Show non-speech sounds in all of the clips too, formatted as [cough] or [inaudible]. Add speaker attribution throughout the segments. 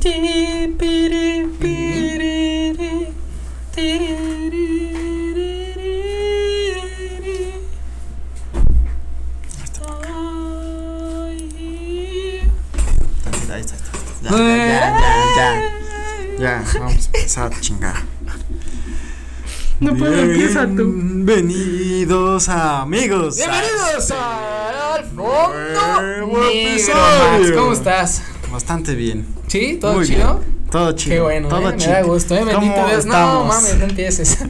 Speaker 1: Tiri, piri, piriri, tiriririri. Ay.
Speaker 2: Tranquila, ahí está, ahí está. Ya, ya, ya, ya, ya. Ya, vamos a empezar a chingar.
Speaker 1: No puedo, empieza tú.
Speaker 2: Bienvenidos amigos.
Speaker 1: Bienvenidos al fondo
Speaker 2: Nuevo
Speaker 1: negro, Max.
Speaker 2: episodio.
Speaker 1: ¿Cómo estás?
Speaker 2: Bastante bien.
Speaker 1: ¿Sí, todo
Speaker 2: Muy
Speaker 1: chido.
Speaker 2: bien. Todo chido.
Speaker 1: Qué bueno,
Speaker 2: todo
Speaker 1: eh, me da gusto, eh, bendito
Speaker 2: ¿Cómo
Speaker 1: Dios. No,
Speaker 2: estamos?
Speaker 1: mames, no empieces. [laughs]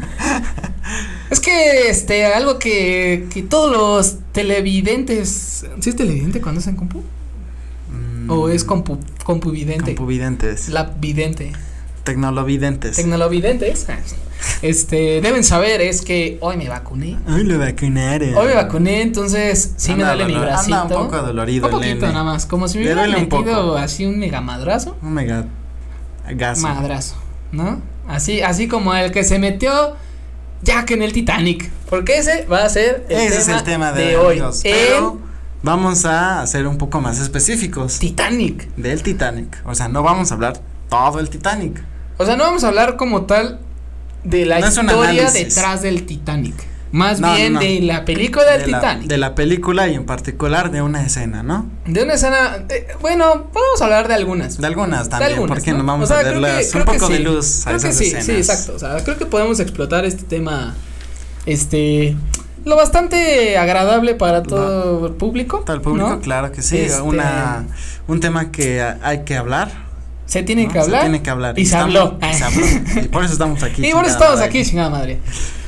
Speaker 1: es que este algo que, que todos los televidentes, ¿sí es televidente cuando es en compu?
Speaker 2: Mm,
Speaker 1: ¿O es compu compuvidente?
Speaker 2: compuvidentes.
Speaker 1: La vidente.
Speaker 2: Tecnolovidentes.
Speaker 1: Tecnolovidentes. Este, deben saber es que hoy me vacuné.
Speaker 2: Hoy lo vacunaron.
Speaker 1: Hoy me vacuné, entonces sí
Speaker 2: Anda
Speaker 1: me duele mi
Speaker 2: dolor-
Speaker 1: bracito.
Speaker 2: Anda un poco dolorido
Speaker 1: Un
Speaker 2: el
Speaker 1: poquito
Speaker 2: nene.
Speaker 1: nada más, como si me
Speaker 2: Le
Speaker 1: hubieran
Speaker 2: duele un
Speaker 1: metido
Speaker 2: poco.
Speaker 1: así un mega madrazo.
Speaker 2: Oh my god. Gas.
Speaker 1: Madrazo, ¿no? Así, así como el que se metió Jack en el Titanic. Porque ese va a ser el
Speaker 2: Ese
Speaker 1: tema,
Speaker 2: es el tema de,
Speaker 1: de
Speaker 2: hoy.
Speaker 1: hoy.
Speaker 2: amigos,
Speaker 1: El
Speaker 2: Pero vamos a ser un poco más específicos
Speaker 1: Titanic.
Speaker 2: del Titanic. O sea, no vamos a hablar todo el Titanic.
Speaker 1: O sea, no vamos a hablar como tal de la
Speaker 2: No es un
Speaker 1: historia
Speaker 2: análisis.
Speaker 1: detrás del Titanic. Más
Speaker 2: No, no,
Speaker 1: bien
Speaker 2: no.
Speaker 1: de la película del
Speaker 2: de, la,
Speaker 1: Titanic.
Speaker 2: de la película y en particular de una escena, ¿no?
Speaker 1: De una escena. eh, bueno, podemos hablar de algunas.
Speaker 2: De algunas también, porque
Speaker 1: ¿no?
Speaker 2: nos vamos
Speaker 1: O sea,
Speaker 2: a
Speaker 1: creo que-
Speaker 2: darles un
Speaker 1: creo que
Speaker 2: poco de
Speaker 1: sí.
Speaker 2: luz a
Speaker 1: Creo que
Speaker 2: esas
Speaker 1: sí,
Speaker 2: escenas.
Speaker 1: sí, exacto. O sea, creo que podemos explotar este tema. Este. Lo bastante agradable para todo el público.
Speaker 2: Todo el público,
Speaker 1: ¿no?
Speaker 2: claro que sí.
Speaker 1: Este-
Speaker 2: Una, un tema que a- hay que hablar.
Speaker 1: Se tiene
Speaker 2: ¿no?
Speaker 1: que hablar.
Speaker 2: Se tiene que hablar.
Speaker 1: Y se
Speaker 2: estamos-
Speaker 1: habló.
Speaker 2: y se habló. Y por eso estamos
Speaker 1: [laughs]
Speaker 2: aquí.
Speaker 1: y bueno,
Speaker 2: chingada
Speaker 1: estamos
Speaker 2: madre.
Speaker 1: aquí, chingada madre.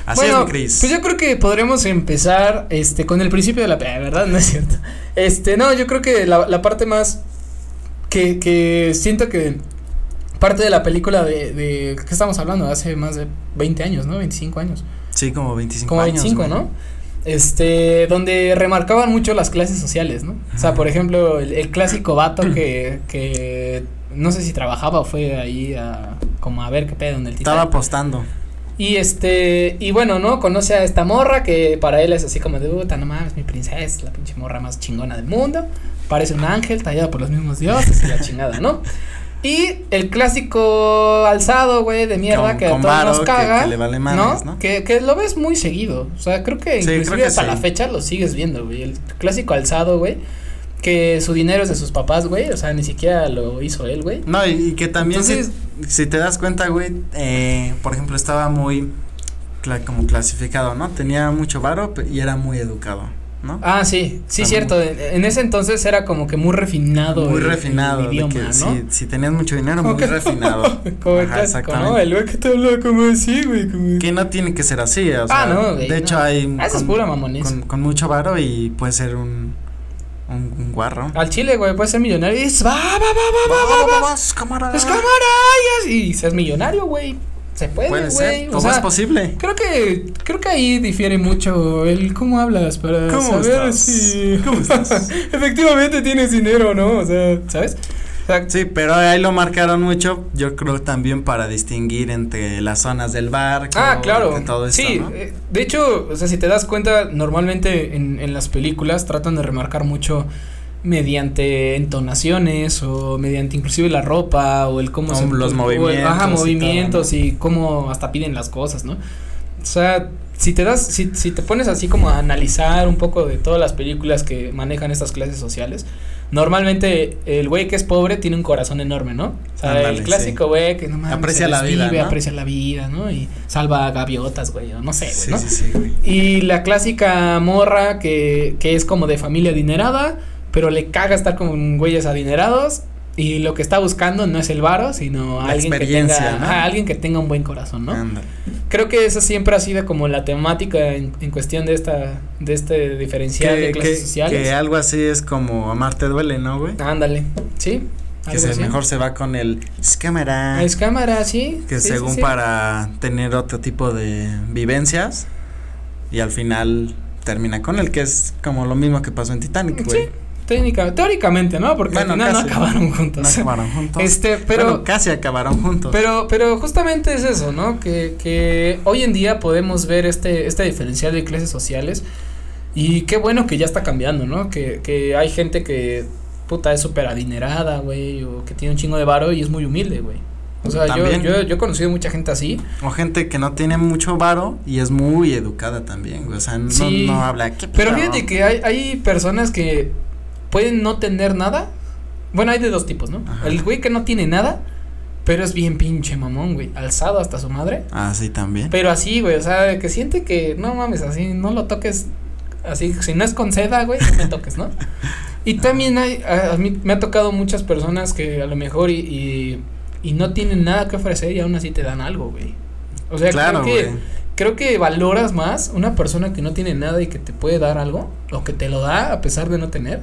Speaker 2: Así
Speaker 1: bueno,
Speaker 2: es, mi Cris.
Speaker 1: Pues yo creo que podremos empezar este con el principio de la eh, ¿verdad? [laughs] No es cierto. Este, no, yo creo que la, la parte más que, que siento que parte de la película de, de que estamos hablando hace más de 20 años, ¿no? 25 años.
Speaker 2: Sí, como 25
Speaker 1: Como
Speaker 2: años.
Speaker 1: 25,
Speaker 2: güey.
Speaker 1: ¿no? Este, donde remarcaban mucho las clases sociales, ¿no? O sea, por ejemplo, el, el clásico vato que, que no sé si trabajaba o fue ahí a, como a ver qué pedo en el
Speaker 2: Estaba
Speaker 1: Titanic.
Speaker 2: apostando.
Speaker 1: Y este, y bueno, ¿no? Conoce a esta morra que para él es así como de puta, no mames, mi princesa, la pinche morra más chingona del mundo. Parece un ángel tallado por los mismos dioses y la chingada, ¿no? Y el clásico alzado, güey, de mierda
Speaker 2: Con-
Speaker 1: que a
Speaker 2: con
Speaker 1: todos
Speaker 2: varo,
Speaker 1: nos
Speaker 2: que-
Speaker 1: caga.
Speaker 2: que le vale madres, ¿no?
Speaker 1: Que, que lo ves muy seguido. O sea, creo que
Speaker 2: Sí, creo
Speaker 1: inclusive
Speaker 2: que
Speaker 1: hasta
Speaker 2: sí.
Speaker 1: la fecha lo sigues viendo, güey. El clásico alzado, güey. Que su dinero es de sus papás, güey. O sea, ni siquiera lo hizo él, güey.
Speaker 2: No, y, y que también si-
Speaker 1: Entonces-
Speaker 2: si, te das cuenta, güey, eh, por ejemplo, estaba muy cla- como clasificado, ¿no? Tenía mucho varo pe- y era muy educado, ¿no?
Speaker 1: Ah, sí, sí,
Speaker 2: Está
Speaker 1: cierto. En, en ese entonces era como que muy refinado.
Speaker 2: muy
Speaker 1: el- el
Speaker 2: refinado, de
Speaker 1: idioma,
Speaker 2: que
Speaker 1: ¿no?
Speaker 2: si, si tenías mucho dinero,
Speaker 1: Como
Speaker 2: muy
Speaker 1: que-
Speaker 2: refinado.
Speaker 1: [laughs] Como el
Speaker 2: Ajá,
Speaker 1: clásico, ¿no? El güey que te habla como así, güey. Como...
Speaker 2: Que no tiene que ser así, o sea,
Speaker 1: Ah, no, güey,
Speaker 2: de hecho
Speaker 1: no.
Speaker 2: hay
Speaker 1: Ah, eso es pura mamonés.
Speaker 2: con, con mucho varo y puede ser un, un, un guarro.
Speaker 1: Al chile, güey, puedes ser millonario. Y dices, va, va, va, Ah, va, va, va, va, va.
Speaker 2: Vamos, cámara.
Speaker 1: Es cámara. Y así, seas millonario, güey. Se puede,
Speaker 2: Puede
Speaker 1: güey.
Speaker 2: ser,
Speaker 1: O
Speaker 2: todo es
Speaker 1: sea,
Speaker 2: posible.
Speaker 1: creo que, creo que ahí difiere mucho el cómo hablas para
Speaker 2: ¿Cómo
Speaker 1: saber
Speaker 2: estás?
Speaker 1: si.
Speaker 2: ¿Cómo estás?
Speaker 1: [laughs] Efectivamente tienes dinero, ¿no? O sea, ¿sabes? O sea,
Speaker 2: Sí, pero ahí lo marcaron mucho, yo creo también para distinguir entre las zonas del barco.
Speaker 1: Ah, claro.
Speaker 2: entre Todo esto,
Speaker 1: sí,
Speaker 2: ¿no?
Speaker 1: eh, de hecho, o sea, si te das cuenta, normalmente en, en las películas tratan de remarcar mucho mediante entonaciones o mediante inclusive la ropa o el cómo
Speaker 2: O
Speaker 1: se
Speaker 2: Ah, los
Speaker 1: o el-
Speaker 2: movimientos y
Speaker 1: ajá,
Speaker 2: todo,
Speaker 1: movimientos y, cómo hasta piden las cosas, ¿no? O sea, si te das si, si te pones así como a analizar un poco de todas las películas que manejan estas clases sociales, normalmente el güey que es pobre tiene un corazón enorme, ¿no? O sea,
Speaker 2: Ándale,
Speaker 1: el
Speaker 2: sí.
Speaker 1: clásico güey que no mames,
Speaker 2: Aprecia
Speaker 1: se
Speaker 2: la vida,
Speaker 1: desvive,
Speaker 2: ¿no?
Speaker 1: aprecia la vida, ¿no? Y salva gaviotas, güey, o no sé, güey,
Speaker 2: sí,
Speaker 1: ¿no?
Speaker 2: sí, sí, güey.
Speaker 1: Y la clásica morra que, que es como de familia adinerada, pero le caga estar con güeyes adinerados. Y lo que está buscando no es el varo, sino
Speaker 2: La
Speaker 1: alguien que,
Speaker 2: experiencia,
Speaker 1: tenga,
Speaker 2: ¿no? Ah.
Speaker 1: ajá, alguien que tenga un buen corazón, ¿no?
Speaker 2: Ándale.
Speaker 1: Creo que esa siempre ha sido como la temática en, en cuestión de esta, de este diferencial de
Speaker 2: Que,
Speaker 1: clases
Speaker 2: que-
Speaker 1: sociales.
Speaker 2: que algo así es como amarte duele, ¿no, güey?
Speaker 1: Ándale, sí.
Speaker 2: que
Speaker 1: algo
Speaker 2: se,
Speaker 1: así. Ah,
Speaker 2: mejor se va con el "Es cámara.
Speaker 1: Es cámara, sí.
Speaker 2: que
Speaker 1: sí, sí,
Speaker 2: según
Speaker 1: sí.
Speaker 2: para tener otro tipo de vivencias y al final termina con el que es como lo mismo que pasó en Titanic, güey.
Speaker 1: Sí, técnica, teóricamente, ¿no? Porque
Speaker 2: Bueno,
Speaker 1: al final
Speaker 2: casi.
Speaker 1: no acabaron
Speaker 2: No
Speaker 1: juntos.
Speaker 2: acabaron juntos.
Speaker 1: Este, pero.
Speaker 2: Bueno, casi acabaron juntos.
Speaker 1: Pero, pero justamente es eso, ¿no? Que, que hoy en día podemos ver este, este diferencial de clases sociales y qué bueno que ya está cambiando, ¿no? Que, que hay gente que puta, es súper adinerada, güey, o que tiene un chingo de varo y es muy humilde, güey. O sea, yo,
Speaker 2: También.
Speaker 1: yo, yo he conocido mucha gente así.
Speaker 2: O gente que no tiene mucho varo y es muy educada también, güey. O sea, no,
Speaker 1: Sí.
Speaker 2: no habla. "¿Qué
Speaker 1: Pero
Speaker 2: pedo?".
Speaker 1: fíjate que hay, hay personas que pueden no tener nada. Bueno, hay de dos tipos, ¿no?
Speaker 2: Ajá.
Speaker 1: El güey que no tiene nada, pero es bien pinche mamón, güey. Alzado hasta su madre.
Speaker 2: Ah, sí, también.
Speaker 1: Pero así, güey, o sea, que siente que no mames, así, no lo toques. Así, si no es con seda, güey, no me toques,
Speaker 2: [laughs]
Speaker 1: ¿no? Y también hay, a, a mí me ha tocado muchas personas que a lo mejor y, y, y no tienen nada que ofrecer y aún así te dan algo, güey. O sea,
Speaker 2: claro,
Speaker 1: creo, que,
Speaker 2: güey.
Speaker 1: creo que valoras más una persona que no tiene nada y que te puede dar algo, o que te lo da a pesar de no tener.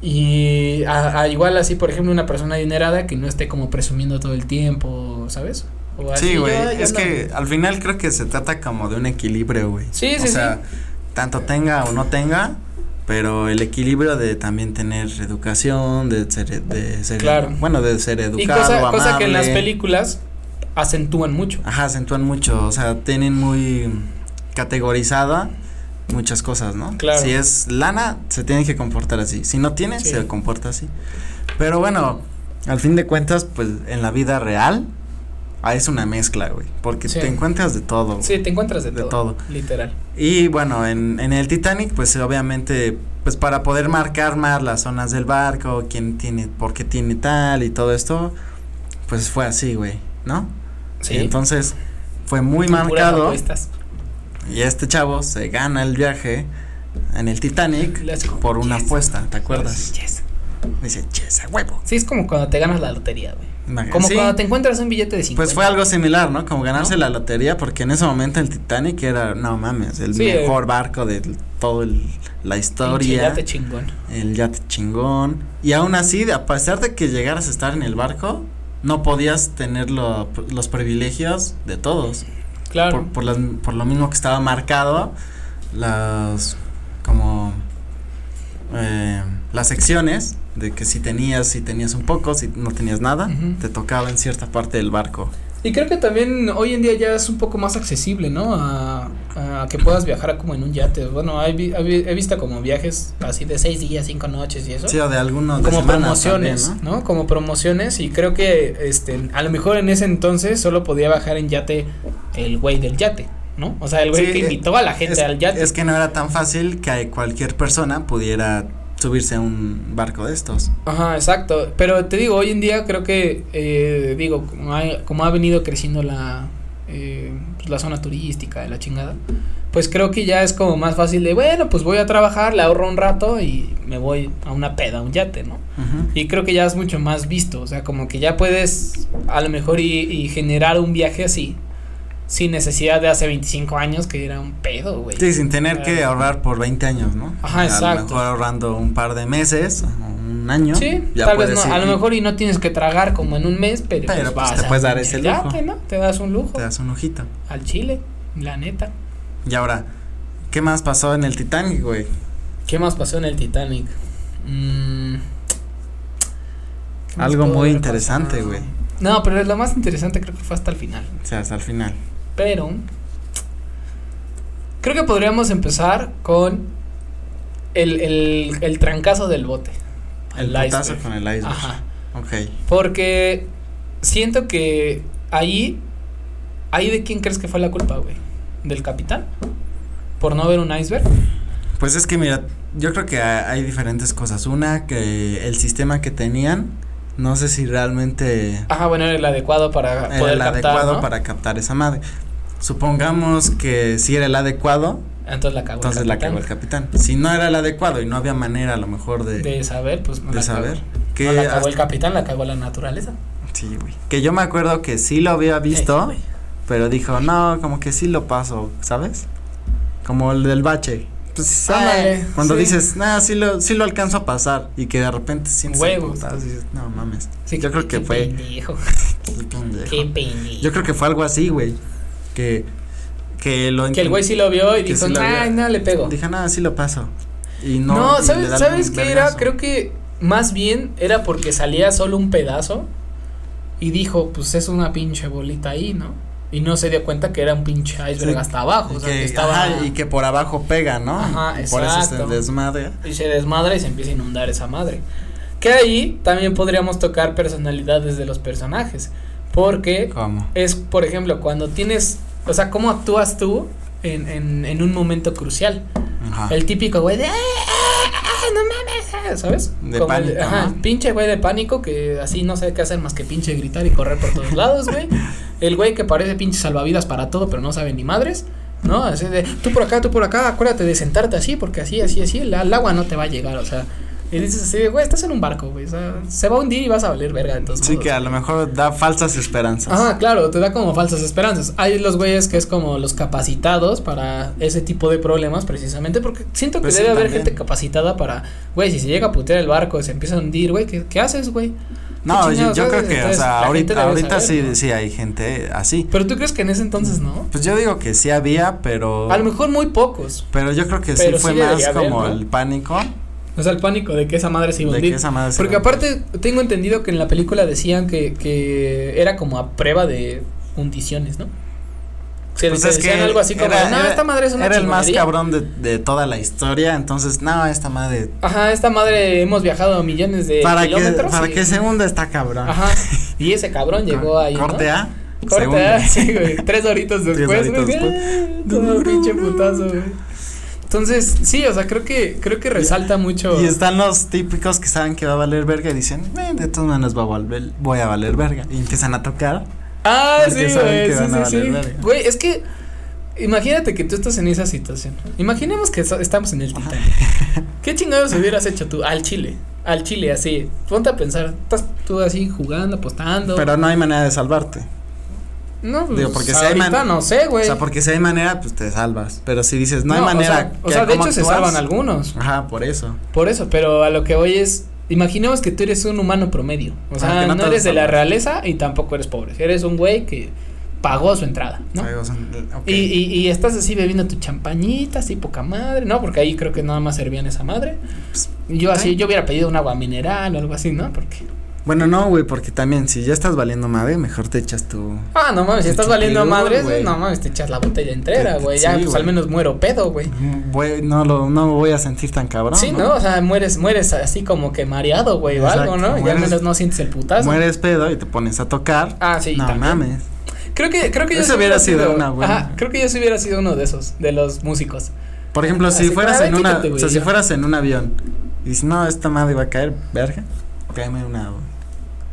Speaker 1: Y a, a igual así, por ejemplo, una persona adinerada que no esté como presumiendo todo el tiempo, ¿sabes? O Pues así,
Speaker 2: Sí,
Speaker 1: yo-
Speaker 2: güey.
Speaker 1: yo
Speaker 2: Es
Speaker 1: no-
Speaker 2: que al final creo que se trata como de un equilibrio, güey.
Speaker 1: Sí,
Speaker 2: o
Speaker 1: sí,
Speaker 2: sea, tanto tenga o no tenga, pero el equilibrio de también tener educación, de ser, de ser
Speaker 1: Claro.
Speaker 2: bueno, de ser
Speaker 1: Y
Speaker 2: educado,
Speaker 1: cosa, cosa que en las
Speaker 2: amable.
Speaker 1: películas acentúan mucho.
Speaker 2: Ajá, acentúan mucho, o sea, tienen muy categorizada muchas cosas, ¿no?
Speaker 1: Claro.
Speaker 2: Si es lana, se tiene que comportar así. Si no tiene,
Speaker 1: Sí.
Speaker 2: se comporta así. Pero bueno, al fin de cuentas, pues en la vida real ah, es una mezcla, güey, porque
Speaker 1: Sí.
Speaker 2: te encuentras de todo.
Speaker 1: Sí, te encuentras de,
Speaker 2: De
Speaker 1: todo,
Speaker 2: todo.
Speaker 1: Literal.
Speaker 2: Y bueno, en, en el Titanic, pues obviamente, pues para poder marcar más las zonas del barco, quién tiene, por qué tiene tal y todo esto, pues fue así, güey, ¿no?
Speaker 1: Sí.
Speaker 2: Entonces, fue muy
Speaker 1: Puras
Speaker 2: marcado.
Speaker 1: apuestas.
Speaker 2: Y este chavo se gana el viaje en el Titanic
Speaker 1: Let's go.
Speaker 2: por una
Speaker 1: Yes.
Speaker 2: apuesta, ¿te acuerdas?
Speaker 1: Sí, yes.
Speaker 2: Dice, "Yes, a huevo.
Speaker 1: Sí, es como cuando te ganas la lotería, güey.
Speaker 2: Imagínate.
Speaker 1: Como
Speaker 2: Eh, Sí,
Speaker 1: cuando te encuentras un billete de 50.
Speaker 2: Pues fue algo similar, ¿no? Como ganarse la lotería, porque en ese momento el Titanic era, no mames, el
Speaker 1: Sí, eh.
Speaker 2: mejor barco de toda la
Speaker 1: Pinche
Speaker 2: historia,
Speaker 1: yate chingón.
Speaker 2: el yate chingón. Y aún así, a pesar de que llegaras a estar en el barco, no podías tener lo- los privilegios de todos.
Speaker 1: Claro.
Speaker 2: por, por, las- por lo mismo que estaba marcado las como eh, las secciones de que si tenías si tenías un poco si no tenías nada
Speaker 1: Ujú.
Speaker 2: te tocaba en cierta parte del barco
Speaker 1: Y creo que también hoy en día ya es un poco más accesible, ¿no? A, a que puedas viajar como en un yate. Bueno, hay vi- hay vi- he visto como viajes así de seis días, cinco noches y eso.
Speaker 2: sí o de algunos de
Speaker 1: como
Speaker 2: semana
Speaker 1: promociones,
Speaker 2: también,
Speaker 1: ¿no? Como promociones y creo que este a lo mejor en ese entonces solo podía bajar en yate el güey del yate, ¿no? O sea, el güey
Speaker 2: Sí,
Speaker 1: que
Speaker 2: eh,
Speaker 1: invitó a la gente
Speaker 2: es,
Speaker 1: al yate.
Speaker 2: es que no era tan fácil que cualquier persona pudiera subirse a un barco de estos
Speaker 1: Ajá, exacto. Pero te digo, hoy en día creo que eh, digo, como, hay- como ha venido creciendo la eh, pues, la zona turística, de la chingada, pues creo que ya es como más fácil de, bueno, pues voy a trabajar, le ahorro un rato y me voy a una peda, a un yate, ¿no?
Speaker 2: Ujú.
Speaker 1: Y creo que ya es mucho más visto, o sea, como que ya puedes a lo mejor y, y generar un viaje así, sin necesidad de hace 25 años que era un pedo, güey.
Speaker 2: sí sin tener que
Speaker 1: Claro.
Speaker 2: ahorrar por 20 años no
Speaker 1: Ajá,
Speaker 2: a
Speaker 1: exacto.
Speaker 2: lo mejor ahorrando un par de meses un año
Speaker 1: Sí,
Speaker 2: ya
Speaker 1: tal vez no,
Speaker 2: puedes
Speaker 1: a
Speaker 2: ir
Speaker 1: lo
Speaker 2: y
Speaker 1: mejor y no tienes que tragar como en un mes, pero,
Speaker 2: Pero, pues, te
Speaker 1: a
Speaker 2: puedes dar
Speaker 1: un
Speaker 2: ese
Speaker 1: yate,
Speaker 2: lujo.
Speaker 1: ¿no? Te das un lujo
Speaker 2: te das un ojito
Speaker 1: al chile, la neta.
Speaker 2: Y ahora, ¿qué más pasó en el Titanic, güey?
Speaker 1: ¿Qué más pasó en el Titanic? Mm, ¿qué más
Speaker 2: Algo
Speaker 1: pudo
Speaker 2: muy
Speaker 1: haber
Speaker 2: interesante,
Speaker 1: pasado?
Speaker 2: güey.
Speaker 1: No, pero lo más interesante creo que fue hasta el final.
Speaker 2: O sea, hasta el final.
Speaker 1: Pero creo que podríamos empezar con el, el, el trancazo del bote.
Speaker 2: El
Speaker 1: al
Speaker 2: putazo
Speaker 1: iceberg.
Speaker 2: con el iceberg.
Speaker 1: Ajá.
Speaker 2: Ok.
Speaker 1: Porque siento que ahí. Ahí de quién crees que fue la culpa, güey. ¿Del capitán? ¿Por no ver un iceberg?
Speaker 2: Pues es que mira, yo creo que ha- hay diferentes cosas. Una, que el sistema que tenían, no sé si realmente
Speaker 1: Ajá, bueno, era el adecuado para
Speaker 2: era
Speaker 1: poder
Speaker 2: el
Speaker 1: captar,
Speaker 2: adecuado
Speaker 1: ¿no?
Speaker 2: para captar esa madre. Supongamos que si era el adecuado,
Speaker 1: Entonces la cagó el
Speaker 2: entonces la
Speaker 1: capitán.
Speaker 2: cagó el capitán. Si no era el adecuado y no había manera a lo mejor de,
Speaker 1: De saber, pues no
Speaker 2: de
Speaker 1: la cagó.
Speaker 2: saber. Que
Speaker 1: No la cagó
Speaker 2: hasta-
Speaker 1: el capitán, la cagó la naturaleza.
Speaker 2: Sí, güey. Que yo me acuerdo que sí lo había
Speaker 1: Sí,
Speaker 2: visto,
Speaker 1: güey.
Speaker 2: pero dijo, no, como que sí lo paso, ¿sabes? Como el del bache. Pues, ¿sabes?
Speaker 1: Ándale,
Speaker 2: Cuando
Speaker 1: sí.
Speaker 2: dices, no, sí lo, sí lo alcanzo a pasar y que de repente sientes el
Speaker 1: Huevos.
Speaker 2: putazo y dices, no mames.
Speaker 1: Sí,
Speaker 2: yo creo que
Speaker 1: qué
Speaker 2: fue...
Speaker 1: pendejo,
Speaker 2: [laughs] qué pendejo.
Speaker 1: qué pendejo.
Speaker 2: Yo creo que fue algo así, güey. Que, que lo...
Speaker 1: Que el güey sí lo vio y
Speaker 2: Que
Speaker 1: dijo,
Speaker 2: sí lo
Speaker 1: ay,
Speaker 2: vio".
Speaker 1: no, le pego.
Speaker 2: Dije, no, sí lo paso. Y no...
Speaker 1: No,
Speaker 2: y le
Speaker 1: ¿sabes,
Speaker 2: da el
Speaker 1: ¿sabes qué era?
Speaker 2: vergazo.
Speaker 1: Creo que más bien era porque salía solo un pedazo y dijo, pues es una pinche bolita ahí, ¿no? Y no se dio cuenta que era un pinche iceberg
Speaker 2: Sí.
Speaker 1: hasta abajo,
Speaker 2: Y
Speaker 1: o sea, que
Speaker 2: que,
Speaker 1: estaba...
Speaker 2: ajá, y que por abajo pega, ¿no?
Speaker 1: Ajá,
Speaker 2: Y Por eso se
Speaker 1: exacto.
Speaker 2: desmadre.
Speaker 1: y se desmadra y se empieza a inundar esa madre. Que ahí también podríamos tocar personalidades de los personajes. Porque
Speaker 2: ¿Cómo?
Speaker 1: es, por ejemplo, cuando tienes, o sea, cómo actúas tú en, en, en un momento crucial.
Speaker 2: Ajá.
Speaker 1: El típico güey de, "Ah, ah, ah, no mames, ah", ¿sabes?
Speaker 2: De
Speaker 1: el-
Speaker 2: pánico,
Speaker 1: ajá,
Speaker 2: ¿no?
Speaker 1: pinche güey de pánico que así no sabe qué hacer más que pinche gritar y correr por todos lados, güey.
Speaker 2: [laughs]
Speaker 1: El güey que parece pinche salvavidas para todo, pero no sabe ni madres. ¿No? Así de, tú por acá, tú por acá, acuérdate de sentarte así, porque así, así, así, la- el agua no te va a llegar, o sea. Y dices así, de, güey, estás en un barco, güey, o sea, se va a hundir y vas a valer verga, entonces.
Speaker 2: Sí, que a lo mejor da falsas esperanzas.
Speaker 1: Ajá, Ah, claro, te da como falsas esperanzas. Hay los güeyes que es como los capacitados para ese tipo de problemas, precisamente, porque siento que
Speaker 2: Pues sí,
Speaker 1: debe haber
Speaker 2: también.
Speaker 1: gente capacitada para, güey, si se llega a putear el barco, se empieza a hundir, güey, ¿qué, qué haces, güey?
Speaker 2: no,
Speaker 1: qué
Speaker 2: yo,
Speaker 1: chingados
Speaker 2: yo creo
Speaker 1: haces?
Speaker 2: que, o
Speaker 1: Entonces,
Speaker 2: sea,
Speaker 1: la gente
Speaker 2: ahorita,
Speaker 1: debe
Speaker 2: ahorita
Speaker 1: saber,
Speaker 2: sí,
Speaker 1: ¿no?
Speaker 2: sí hay gente así.
Speaker 1: Pero tú crees que en ese entonces no?
Speaker 2: Pues yo digo que sí había, pero.
Speaker 1: A lo mejor muy pocos.
Speaker 2: Pero yo creo que
Speaker 1: Pero
Speaker 2: sí fue
Speaker 1: sí
Speaker 2: más
Speaker 1: debería haber,
Speaker 2: como
Speaker 1: ¿no?
Speaker 2: el pánico
Speaker 1: O sea, el pánico de que esa madre se iba a
Speaker 2: de
Speaker 1: hundir.
Speaker 2: que esa madre se
Speaker 1: Porque
Speaker 2: iba a-
Speaker 1: aparte, tengo entendido que en la película decían que, que era como a prueba de hundiciones, ¿no? O sea,
Speaker 2: Pues
Speaker 1: te
Speaker 2: es
Speaker 1: decían
Speaker 2: que
Speaker 1: algo así como,
Speaker 2: era-
Speaker 1: no,
Speaker 2: era-
Speaker 1: esta madre es una
Speaker 2: Era el más
Speaker 1: chingonería".
Speaker 2: cabrón de, de toda la historia, entonces, no, esta madre.
Speaker 1: Ajá, esta madre hemos viajado millones de
Speaker 2: Para que,
Speaker 1: kilómetros.
Speaker 2: para
Speaker 1: y-
Speaker 2: que se hunda está cabrón.
Speaker 1: Ajá. Y ese cabrón llegó
Speaker 2: Cor-
Speaker 1: ahí.
Speaker 2: Corte
Speaker 1: ¿no?
Speaker 2: A. se
Speaker 1: Corte
Speaker 2: hunde.
Speaker 1: A, [laughs] sí, güey. Tres horitas
Speaker 2: Tres
Speaker 1: después.
Speaker 2: horitas
Speaker 1: güey,
Speaker 2: después.
Speaker 1: ah, Todo pinche putazo, güey. Entonces, sí, o sea, creo que, creo que resalta mucho.
Speaker 2: Y están los típicos que saben que va a valer verga y dicen, "Eh, de todas maneras va a valer, voy a valer verga. Y empiezan a tocar.
Speaker 1: Ah, sí,
Speaker 2: Porque
Speaker 1: güey.
Speaker 2: saben que
Speaker 1: sí,
Speaker 2: van a
Speaker 1: sí,
Speaker 2: valer
Speaker 1: sí.
Speaker 2: verga.
Speaker 1: Güey, es que. Imagínate que tú estás en esa situación. Imaginemos que so- estamos en el Titanic. ¿Qué chingados hubieras hecho tú? Al Chile. Al Chile, así. Ponte a pensar. Estás tú así jugando, apostando.
Speaker 2: Pero no hay manera de salvarte.
Speaker 1: no, pues,
Speaker 2: digo, porque si hay
Speaker 1: ahorita
Speaker 2: man-
Speaker 1: no sé, güey.
Speaker 2: O sea, porque si hay manera, pues te salvas. Pero si dices, no, hay manera.
Speaker 1: O sea, o sea, de
Speaker 2: ¿cómo
Speaker 1: hecho se
Speaker 2: actúas?
Speaker 1: salvan algunos.
Speaker 2: Ajá, por eso.
Speaker 1: Por eso, pero a lo que voy es. Imaginemos que tú eres un humano promedio. O sea,
Speaker 2: Ah, que no
Speaker 1: no,
Speaker 2: te vas
Speaker 1: eres
Speaker 2: a
Speaker 1: de la
Speaker 2: salvar.
Speaker 1: realeza y tampoco eres pobre. Eres un güey que pagó su entrada, ¿no?
Speaker 2: Algo son- ok.
Speaker 1: Y, y, y estás así bebiendo tu champañita, así poca madre, ¿no? Porque ahí creo que nada más servían esa madre.
Speaker 2: Pues,
Speaker 1: Yo así,
Speaker 2: ay.
Speaker 1: yo hubiera pedido un agua mineral o algo así, ¿no? Porque.
Speaker 2: Bueno, no, güey, porque también si ya estás valiendo madre, mejor te echas tu.
Speaker 1: Ah, no mames, si
Speaker 2: Te
Speaker 1: estás valiendo
Speaker 2: chupirul,
Speaker 1: madres,
Speaker 2: güey.
Speaker 1: no mames, te echas la botella entera,
Speaker 2: Te- te-
Speaker 1: güey. Ya,
Speaker 2: sí,
Speaker 1: pues
Speaker 2: güey.
Speaker 1: al menos muero pedo, güey.
Speaker 2: Güey, no lo no me voy a sentir tan cabrón.
Speaker 1: sí, ¿no? O sea, mueres, mueres así como que mareado, güey, o
Speaker 2: Exacto,
Speaker 1: algo, ¿no? Ya al
Speaker 2: mueres-
Speaker 1: menos no sientes el putazo.
Speaker 2: Mueres pedo y te pones a tocar.
Speaker 1: Ah, sí,
Speaker 2: no
Speaker 1: también.
Speaker 2: mames.
Speaker 1: Creo que, creo que yo
Speaker 2: Eso
Speaker 1: sí
Speaker 2: hubiera sido una buena.
Speaker 1: Ajá, creo que yo sí hubiera sido uno de esos, de los músicos.
Speaker 2: Por ejemplo,
Speaker 1: Así
Speaker 2: si
Speaker 1: como,
Speaker 2: fueras
Speaker 1: "A ver,
Speaker 2: en una,
Speaker 1: quítate,
Speaker 2: o sea,
Speaker 1: güey,
Speaker 2: si
Speaker 1: ya".
Speaker 2: fueras en un avión y dices, "No, esta madre va a caer, verga." Cáeme una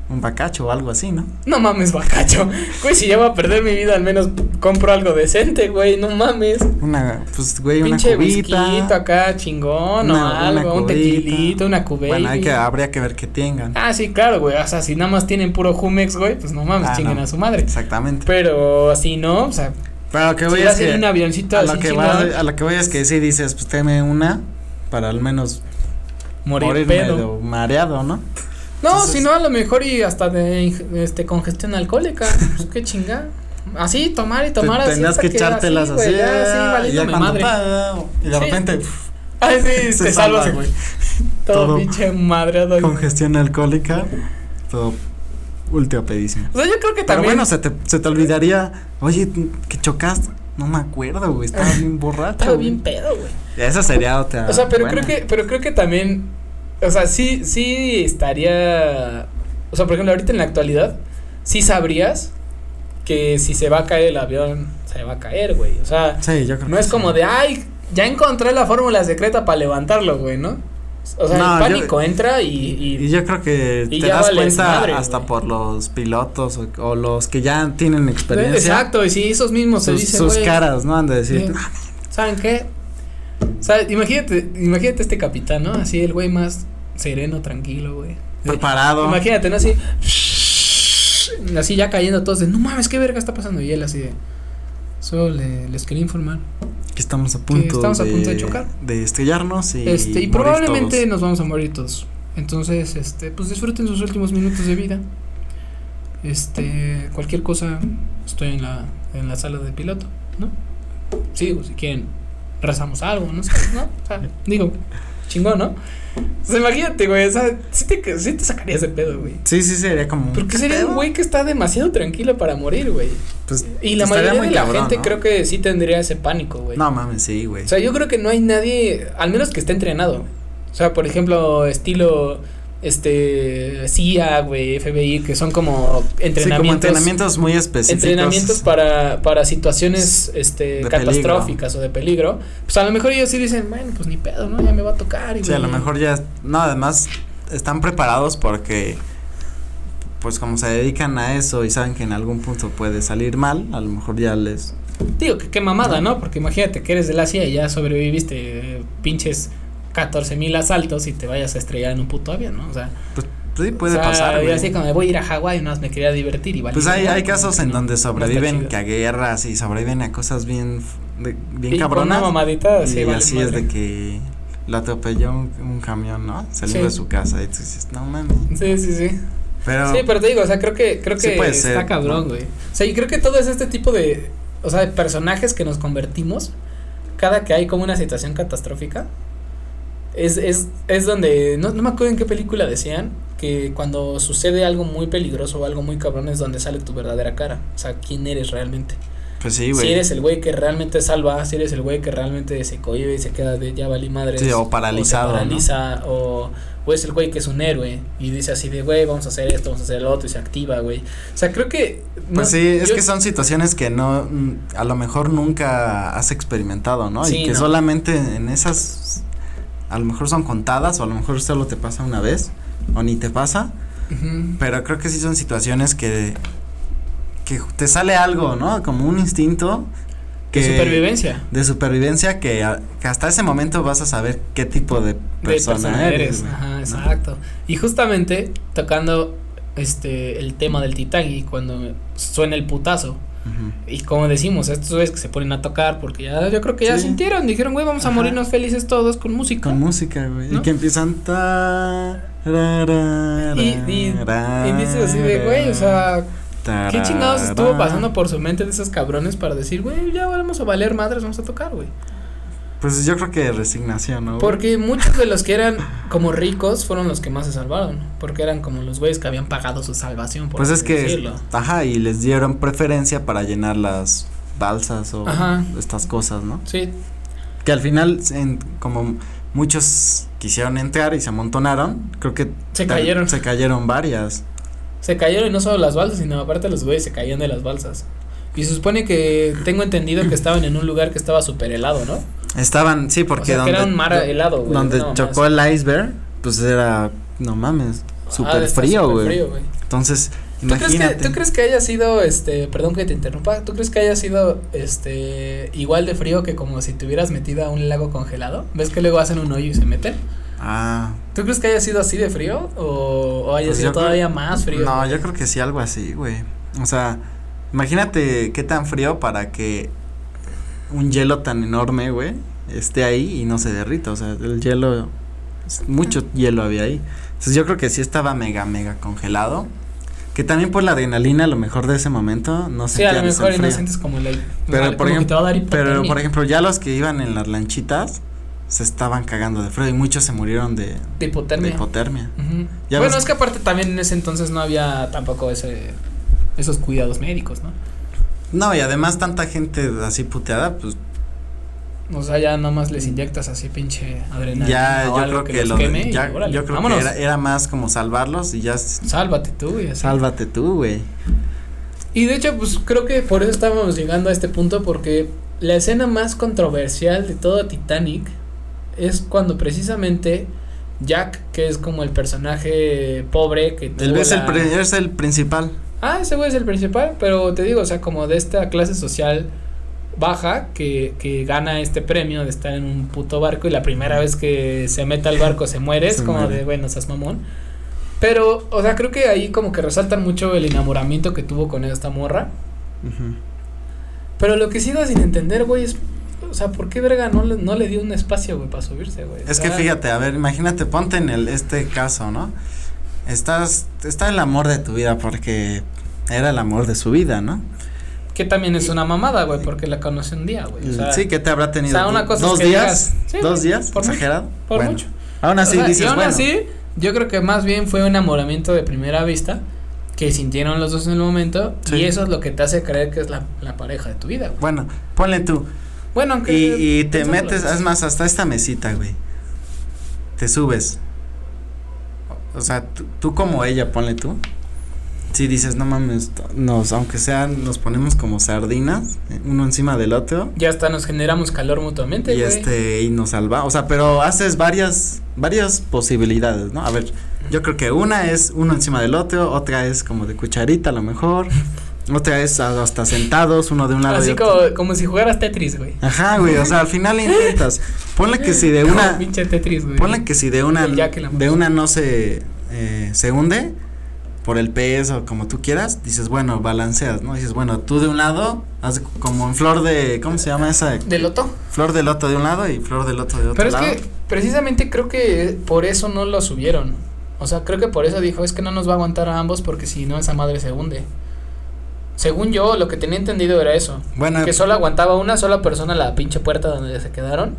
Speaker 2: un bacacho o algo así, ¿no?
Speaker 1: No mames, bacacho. Güey, si ya voy a perder mi vida, al menos compro algo decente, güey. No mames.
Speaker 2: Una pues güey, una
Speaker 1: Pinche whisky
Speaker 2: cubita.
Speaker 1: acá, chingón, o
Speaker 2: una- una
Speaker 1: algo, un
Speaker 2: cubita.
Speaker 1: tequilito, una cubeta.
Speaker 2: Bueno, hay que habría que ver que tengan.
Speaker 1: Ah, sí, claro, güey. O sea, si nada más tienen puro Jumex, güey, pues no mames,
Speaker 2: Ah,
Speaker 1: chinguen
Speaker 2: no.
Speaker 1: a su madre.
Speaker 2: Exactamente.
Speaker 1: Pero si no, o sea,
Speaker 2: Pero lo que voy
Speaker 1: si
Speaker 2: es
Speaker 1: vas en un
Speaker 2: que
Speaker 1: avioncito
Speaker 2: a
Speaker 1: así
Speaker 2: lo que
Speaker 1: chingón,
Speaker 2: va- a lo que voy es que sí dices, "Pues tráeme una para al menos
Speaker 1: morir
Speaker 2: morirme
Speaker 1: pedo.
Speaker 2: de- mareado, ¿no?"
Speaker 1: No,
Speaker 2: Entonces-
Speaker 1: si no, a lo mejor y hasta de ing- este, congestión alcohólica. pues qué chinga. Así, tomar y
Speaker 2: Te-
Speaker 1: tomar así.
Speaker 2: tendrás
Speaker 1: hasta
Speaker 2: que echártelas así,
Speaker 1: güey, ya, así,
Speaker 2: ah,
Speaker 1: valiéndome
Speaker 2: cuando
Speaker 1: madre.
Speaker 2: pa- y de
Speaker 1: Sí.
Speaker 2: repente pf,
Speaker 1: Ah, sí,
Speaker 2: [laughs] se
Speaker 1: te
Speaker 2: salva,
Speaker 1: salvas,
Speaker 2: güey.
Speaker 1: güey. Todo,
Speaker 2: Todo.
Speaker 1: pinche madreado. güey.
Speaker 2: congestión alcohólica, todo ultra pedísimo.
Speaker 1: O sea, yo creo que
Speaker 2: Pero
Speaker 1: también.
Speaker 2: bueno, se te, se te olvidaría, oye, que chocaste, no me acuerdo, güey, estaba bien borracho.
Speaker 1: Ah, estaba
Speaker 2: güey.
Speaker 1: bien pedo, güey.
Speaker 2: Esa sería otra.
Speaker 1: O sea, pero
Speaker 2: buena.
Speaker 1: creo que, pero creo que también. O sea, sí, sí estaría. O sea, por ejemplo, ahorita en la actualidad, sí sabrías que si se va a caer el avión, se va a caer, güey. O sea,
Speaker 2: Sí, yo creo
Speaker 1: no
Speaker 2: que
Speaker 1: es
Speaker 2: sí.
Speaker 1: como de, ay, ya encontré la fórmula secreta para levantarlo, güey, ¿no? O sea,
Speaker 2: No,
Speaker 1: el
Speaker 2: yo-
Speaker 1: pánico entra y. y-
Speaker 2: Y yo creo que
Speaker 1: Y
Speaker 2: te
Speaker 1: ya
Speaker 2: das
Speaker 1: vales
Speaker 2: cuenta
Speaker 1: madre,
Speaker 2: hasta
Speaker 1: güey.
Speaker 2: por los pilotos o, o los que ya tienen experiencia.
Speaker 1: Exacto, y si esos mismos se
Speaker 2: Sus,
Speaker 1: dicen.
Speaker 2: sus
Speaker 1: güey, eh,
Speaker 2: caras, ¿no? Han de decir, "Ah,
Speaker 1: Sí.
Speaker 2: "No,
Speaker 1: ¿Saben qué? O sea, imagínate, imagínate este capitán, ¿no? Así el güey más sereno, tranquilo, güey.
Speaker 2: preparado.
Speaker 1: Imagínate, ¿no? Así. Así ya cayendo todos de, no mames, qué verga está pasando. Y él así de. Solo le- les quería informar.
Speaker 2: Que estamos a punto,
Speaker 1: estamos a
Speaker 2: de,
Speaker 1: punto de chocar.
Speaker 2: de estrellarnos y,
Speaker 1: este, y
Speaker 2: morir
Speaker 1: probablemente
Speaker 2: todos".
Speaker 1: nos vamos a morir todos. Entonces, este, pues disfruten sus últimos minutos de vida. Este, cualquier cosa, estoy en la, en la sala de piloto, ¿no? Sí, digo, si quieren, rezamos algo, no sé, ¿no? O sea, digo, chingón, ¿no? O sea, imagínate, güey, o sea, sí te, sí te sacarías de pedo, güey.
Speaker 2: Sí, sí, sería como.
Speaker 1: Porque
Speaker 2: ¿qué
Speaker 1: sería
Speaker 2: pedo?
Speaker 1: un güey que está demasiado tranquilo para morir, güey.
Speaker 2: Pues,
Speaker 1: Y la
Speaker 2: estaría
Speaker 1: mayoría
Speaker 2: muy
Speaker 1: de la
Speaker 2: cabrón,
Speaker 1: gente
Speaker 2: ¿no?
Speaker 1: creo que sí tendría ese pánico, güey.
Speaker 2: No mames, sí, güey.
Speaker 1: O sea, yo creo que no hay nadie, al menos que esté entrenado. O sea, por ejemplo, estilo este, CIA, güey, FBI, que son como entrenamientos.
Speaker 2: Sí, como entrenamientos muy específicos.
Speaker 1: entrenamientos para, para situaciones este,
Speaker 2: De
Speaker 1: catastróficas o de peligro. Pues a lo mejor ellos sí dicen, bueno, pues ni pedo, ¿no? Ya me va a tocar. Y
Speaker 2: Sí, a lo
Speaker 1: güey".
Speaker 2: mejor ya. No, además están preparados porque. Pues como se dedican a eso y saben que en algún punto puede salir mal, a lo mejor ya les.
Speaker 1: Digo, que qué mamada, ¿no? Porque imagínate que eres del Asia y ya sobreviviste eh, pinches 14 mil asaltos y te vayas a estrellar en un puto avión, ¿no? O sea,
Speaker 2: pues Sí, puede
Speaker 1: o sea,
Speaker 2: pasar.
Speaker 1: y
Speaker 2: güey.
Speaker 1: así como me voy a ir a Hawái, no, me quería divertir y valió
Speaker 2: Pues hay,
Speaker 1: verga,
Speaker 2: hay
Speaker 1: como
Speaker 2: casos
Speaker 1: que
Speaker 2: en
Speaker 1: no- no
Speaker 2: donde
Speaker 1: está
Speaker 2: sobreviven
Speaker 1: chido.
Speaker 2: que a guerras y sobreviven a cosas bien, f- de- bien
Speaker 1: Y con
Speaker 2: cabronas.
Speaker 1: Una mamadita,
Speaker 2: Y
Speaker 1: sí, vale
Speaker 2: así es
Speaker 1: madre.
Speaker 2: de que lo atropelló un, un camión, ¿no? Salió
Speaker 1: Sí.
Speaker 2: de su casa y tú dices, no mames.
Speaker 1: Sí, sí, sí.
Speaker 2: Pero,
Speaker 1: Sí, pero te digo, o sea, creo que, creo
Speaker 2: Sí
Speaker 1: que
Speaker 2: puede
Speaker 1: está
Speaker 2: ser,
Speaker 1: cabrón,
Speaker 2: ¿no?
Speaker 1: güey. O sea, y creo que todo es este tipo de, o sea, de personajes que nos convertimos cada que hay como una situación catastrófica. Es, es, es donde, no, no me acuerdo en qué película decían que cuando sucede algo muy peligroso o algo muy cabrón es donde sale tu verdadera cara. O sea, quién eres realmente.
Speaker 2: pues sí, güey.
Speaker 1: si eres el güey que realmente salva, si eres el güey que realmente se cohíbe y se queda de ya valí madres.
Speaker 2: Sí, o
Speaker 1: se
Speaker 2: paralizado, ¿no?
Speaker 1: paraliza, o, o es el güey que es un héroe y dice así de güey, vamos a hacer esto, vamos a hacer lo otro y se activa, güey. O sea, creo que. no-
Speaker 2: Pues sí, es
Speaker 1: yo-
Speaker 2: que son situaciones que no, mm, a lo mejor nunca has experimentado, ¿no?
Speaker 1: Sí,
Speaker 2: y que
Speaker 1: no.
Speaker 2: solamente en esas, a lo mejor son contadas o a lo mejor solo te pasa una vez o ni te pasa,
Speaker 1: Ujú.
Speaker 2: pero creo que sí son situaciones que, que te sale algo, ¿no? Como un instinto. Que,
Speaker 1: De supervivencia.
Speaker 2: de supervivencia que, a- que hasta ese momento vas a saber qué tipo de
Speaker 1: de persona,
Speaker 2: persona, eres. güey,
Speaker 1: Ajá,
Speaker 2: ¿no?
Speaker 1: exacto. Y justamente tocando este el tema del Titagi cuando suena el putazo.
Speaker 2: Ujú.
Speaker 1: Y como decimos, estos güeyes que se ponen a tocar porque ya yo creo que ya
Speaker 2: Sí.
Speaker 1: sintieron, dijeron, güey, vamos a
Speaker 2: Ajá.
Speaker 1: morirnos felices todos con música.
Speaker 2: Con música, güey.
Speaker 1: ¿No?
Speaker 2: Y que empiezan. ta, ra, ra,
Speaker 1: Y, y,
Speaker 2: ra,
Speaker 1: y dices así de, güey, o sea,
Speaker 2: ta,
Speaker 1: ¿qué
Speaker 2: ra,
Speaker 1: chingados estuvo
Speaker 2: ra.
Speaker 1: pasando por su mente de esos cabrones para decir, güey, ya vamos a valer madres, vamos a tocar, güey?
Speaker 2: Pues yo creo que resignación, ¿no? güey?
Speaker 1: Porque muchos de los que eran como ricos fueron los que más se salvaron, porque eran como los güeyes que habían pagado su salvación, por
Speaker 2: Pues es
Speaker 1: así
Speaker 2: que.
Speaker 1: decirlo.
Speaker 2: Ajá, y les dieron preferencia para llenar las balsas o
Speaker 1: Ajá.
Speaker 2: estas cosas, ¿no?
Speaker 1: Sí,
Speaker 2: Que al final, en- como muchos quisieron entrar y se amontonaron, creo que.
Speaker 1: Se
Speaker 2: tal-
Speaker 1: cayeron.
Speaker 2: Se cayeron varias.
Speaker 1: se cayeron y no solo las balsas, sino aparte los güeyes se caían de las balsas. Y se supone que tengo entendido que estaban en un lugar que estaba súper helado, ¿no?
Speaker 2: Estaban, sí, porque
Speaker 1: sea, que
Speaker 2: donde,
Speaker 1: era un mar
Speaker 2: do-
Speaker 1: helado, güey,
Speaker 2: donde
Speaker 1: no
Speaker 2: chocó el iceberg, pues era, no mames,
Speaker 1: Ah,
Speaker 2: súper
Speaker 1: está
Speaker 2: frío,
Speaker 1: súper
Speaker 2: güey.
Speaker 1: frío, güey.
Speaker 2: Entonces,
Speaker 1: ¿Tú crees, que,
Speaker 2: imagínate.
Speaker 1: ¿Tú crees que haya sido, este, perdón que te interrumpa, ¿tú crees que haya sido, este, igual de frío que como si te hubieras metido a un lago congelado? ¿Ves que luego hacen un hoyo y se meten?
Speaker 2: Ah,
Speaker 1: ¿Tú crees que haya sido así de frío o, o haya
Speaker 2: Pues
Speaker 1: sido
Speaker 2: yo creo-
Speaker 1: todavía más frío?
Speaker 2: no, yo creo que sí, algo así, güey. O sea, imagínate qué tan frío para que un hielo tan enorme, güey, esté ahí y no se derrita. O sea, el hielo, es- mucho hielo había ahí. Entonces, yo creo que sí estaba mega, mega congelado. Que también por la adrenalina, a lo mejor de ese momento, no
Speaker 1: sí, a lo
Speaker 2: sentían ese
Speaker 1: mejor y no
Speaker 2: frío.
Speaker 1: sientes como el aire.
Speaker 2: Pero,
Speaker 1: Vale,
Speaker 2: por
Speaker 1: como que te va a dar
Speaker 2: Pero,
Speaker 1: hipotermia.
Speaker 2: por ejemplo, ya los que iban en las lanchitas se estaban cagando de frío y muchos se murieron de,
Speaker 1: De
Speaker 2: de
Speaker 1: hipotermia.
Speaker 2: hipotermia.
Speaker 1: Ujú.
Speaker 2: Ya
Speaker 1: Bueno,
Speaker 2: ves-
Speaker 1: es que aparte también en ese entonces no había tampoco ese, esos cuidados médicos, ¿no?
Speaker 2: No, y además tanta gente así puteada, pues
Speaker 1: O sea, ya nomás les inyectas así pinche adrenalina
Speaker 2: ya
Speaker 1: o
Speaker 2: yo
Speaker 1: algo
Speaker 2: creo que,
Speaker 1: los
Speaker 2: lo
Speaker 1: queme y
Speaker 2: ya,
Speaker 1: órale,
Speaker 2: yo creo que
Speaker 1: vámonos.
Speaker 2: era, era más como salvarlos y ya s-
Speaker 1: Sálvate tú, güey. así.
Speaker 2: sálvate tú, güey.
Speaker 1: Y de hecho, pues creo que por eso estábamos llegando a este punto, porque la escena más controversial de todo Titanic es cuando precisamente Jack, que es como el personaje pobre que
Speaker 2: Él
Speaker 1: tuvo
Speaker 2: es el,
Speaker 1: la-
Speaker 2: pri- es el principal.
Speaker 1: Ah, ese güey es el principal, pero te digo, o sea, como de esta clase social baja que, que gana este premio de estar en un puto barco y la primera vez que se meta al barco se muere, es
Speaker 2: Se
Speaker 1: como
Speaker 2: muere.
Speaker 1: de, bueno, seas mamón. Pero, o sea, creo que ahí como que resaltan mucho el enamoramiento que tuvo con esta morra. Pero lo que sigo sin entender, güey, es, o sea, ¿por qué verga no le, no le dio un espacio, güey, para subirse, güey? O
Speaker 2: Es que
Speaker 1: sea,
Speaker 2: fíjate, a ver, imagínate, ponte en el este caso, ¿no? Estás está el amor de tu vida porque era el amor de su vida, ¿no?
Speaker 1: Que también es una mamada, güey, porque la conocí un día, güey. O sea,
Speaker 2: sí, que te habrá tenido
Speaker 1: o sea, una
Speaker 2: do-
Speaker 1: cosa es
Speaker 2: dos
Speaker 1: que
Speaker 2: días,
Speaker 1: digas, sí,
Speaker 2: dos
Speaker 1: güey,
Speaker 2: días,
Speaker 1: por mucho,
Speaker 2: exagerado.
Speaker 1: por
Speaker 2: Bueno,
Speaker 1: mucho.
Speaker 2: Aún así
Speaker 1: O sea, y
Speaker 2: dices,
Speaker 1: aún
Speaker 2: bueno,
Speaker 1: así, yo creo que más bien fue un enamoramiento de primera vista que sintieron los dos en el momento
Speaker 2: Sí.
Speaker 1: y eso es lo que te hace creer que es la, la pareja de tu vida, güey.
Speaker 2: bueno, ponle tú
Speaker 1: Bueno, aunque eh,
Speaker 2: y, y te
Speaker 1: pensándolo,
Speaker 2: metes,
Speaker 1: pues,
Speaker 2: es más, hasta esta mesita, güey. Te subes. o sea, tú, tú como ella, ponle tú. Si dices, no mames, t- nos, aunque sean, nos ponemos como sardinas, eh, uno encima del otro.
Speaker 1: Ya hasta nos generamos calor mutuamente,
Speaker 2: Y
Speaker 1: güey.
Speaker 2: este, y nos salva. O sea, pero haces varias, varias posibilidades, ¿no? A ver, yo creo que una es uno encima del otro, otra es como de cucharita a lo
Speaker 1: [laughs]
Speaker 2: mejor, otra es a- hasta sentados, uno de un lado y
Speaker 1: Así
Speaker 2: otro.
Speaker 1: como, como si jugaras Tetris, güey.
Speaker 2: Ajá, güey, o sea, al final intentas. Ponle que si de
Speaker 1: Como
Speaker 2: una,
Speaker 1: pinche Tetris, güey.
Speaker 2: ponle que si de una,
Speaker 1: El Jack y la
Speaker 2: de una no se, eh, se hunde por el peso, como tú quieras, dices, bueno, balanceas, ¿no? Dices, bueno, tú de un lado, haz como en flor de, ¿cómo se llama esa?
Speaker 1: De loto.
Speaker 2: Flor de loto de un lado y flor de loto de otro
Speaker 1: Pero es
Speaker 2: lado.
Speaker 1: que precisamente creo que por eso no lo subieron. O sea, creo que por eso dijo, es que no nos va a aguantar a ambos porque si no esa madre se hunde. Según yo, lo que tenía entendido era eso.
Speaker 2: bueno,
Speaker 1: Que solo aguantaba una sola persona la pinche puerta donde se quedaron.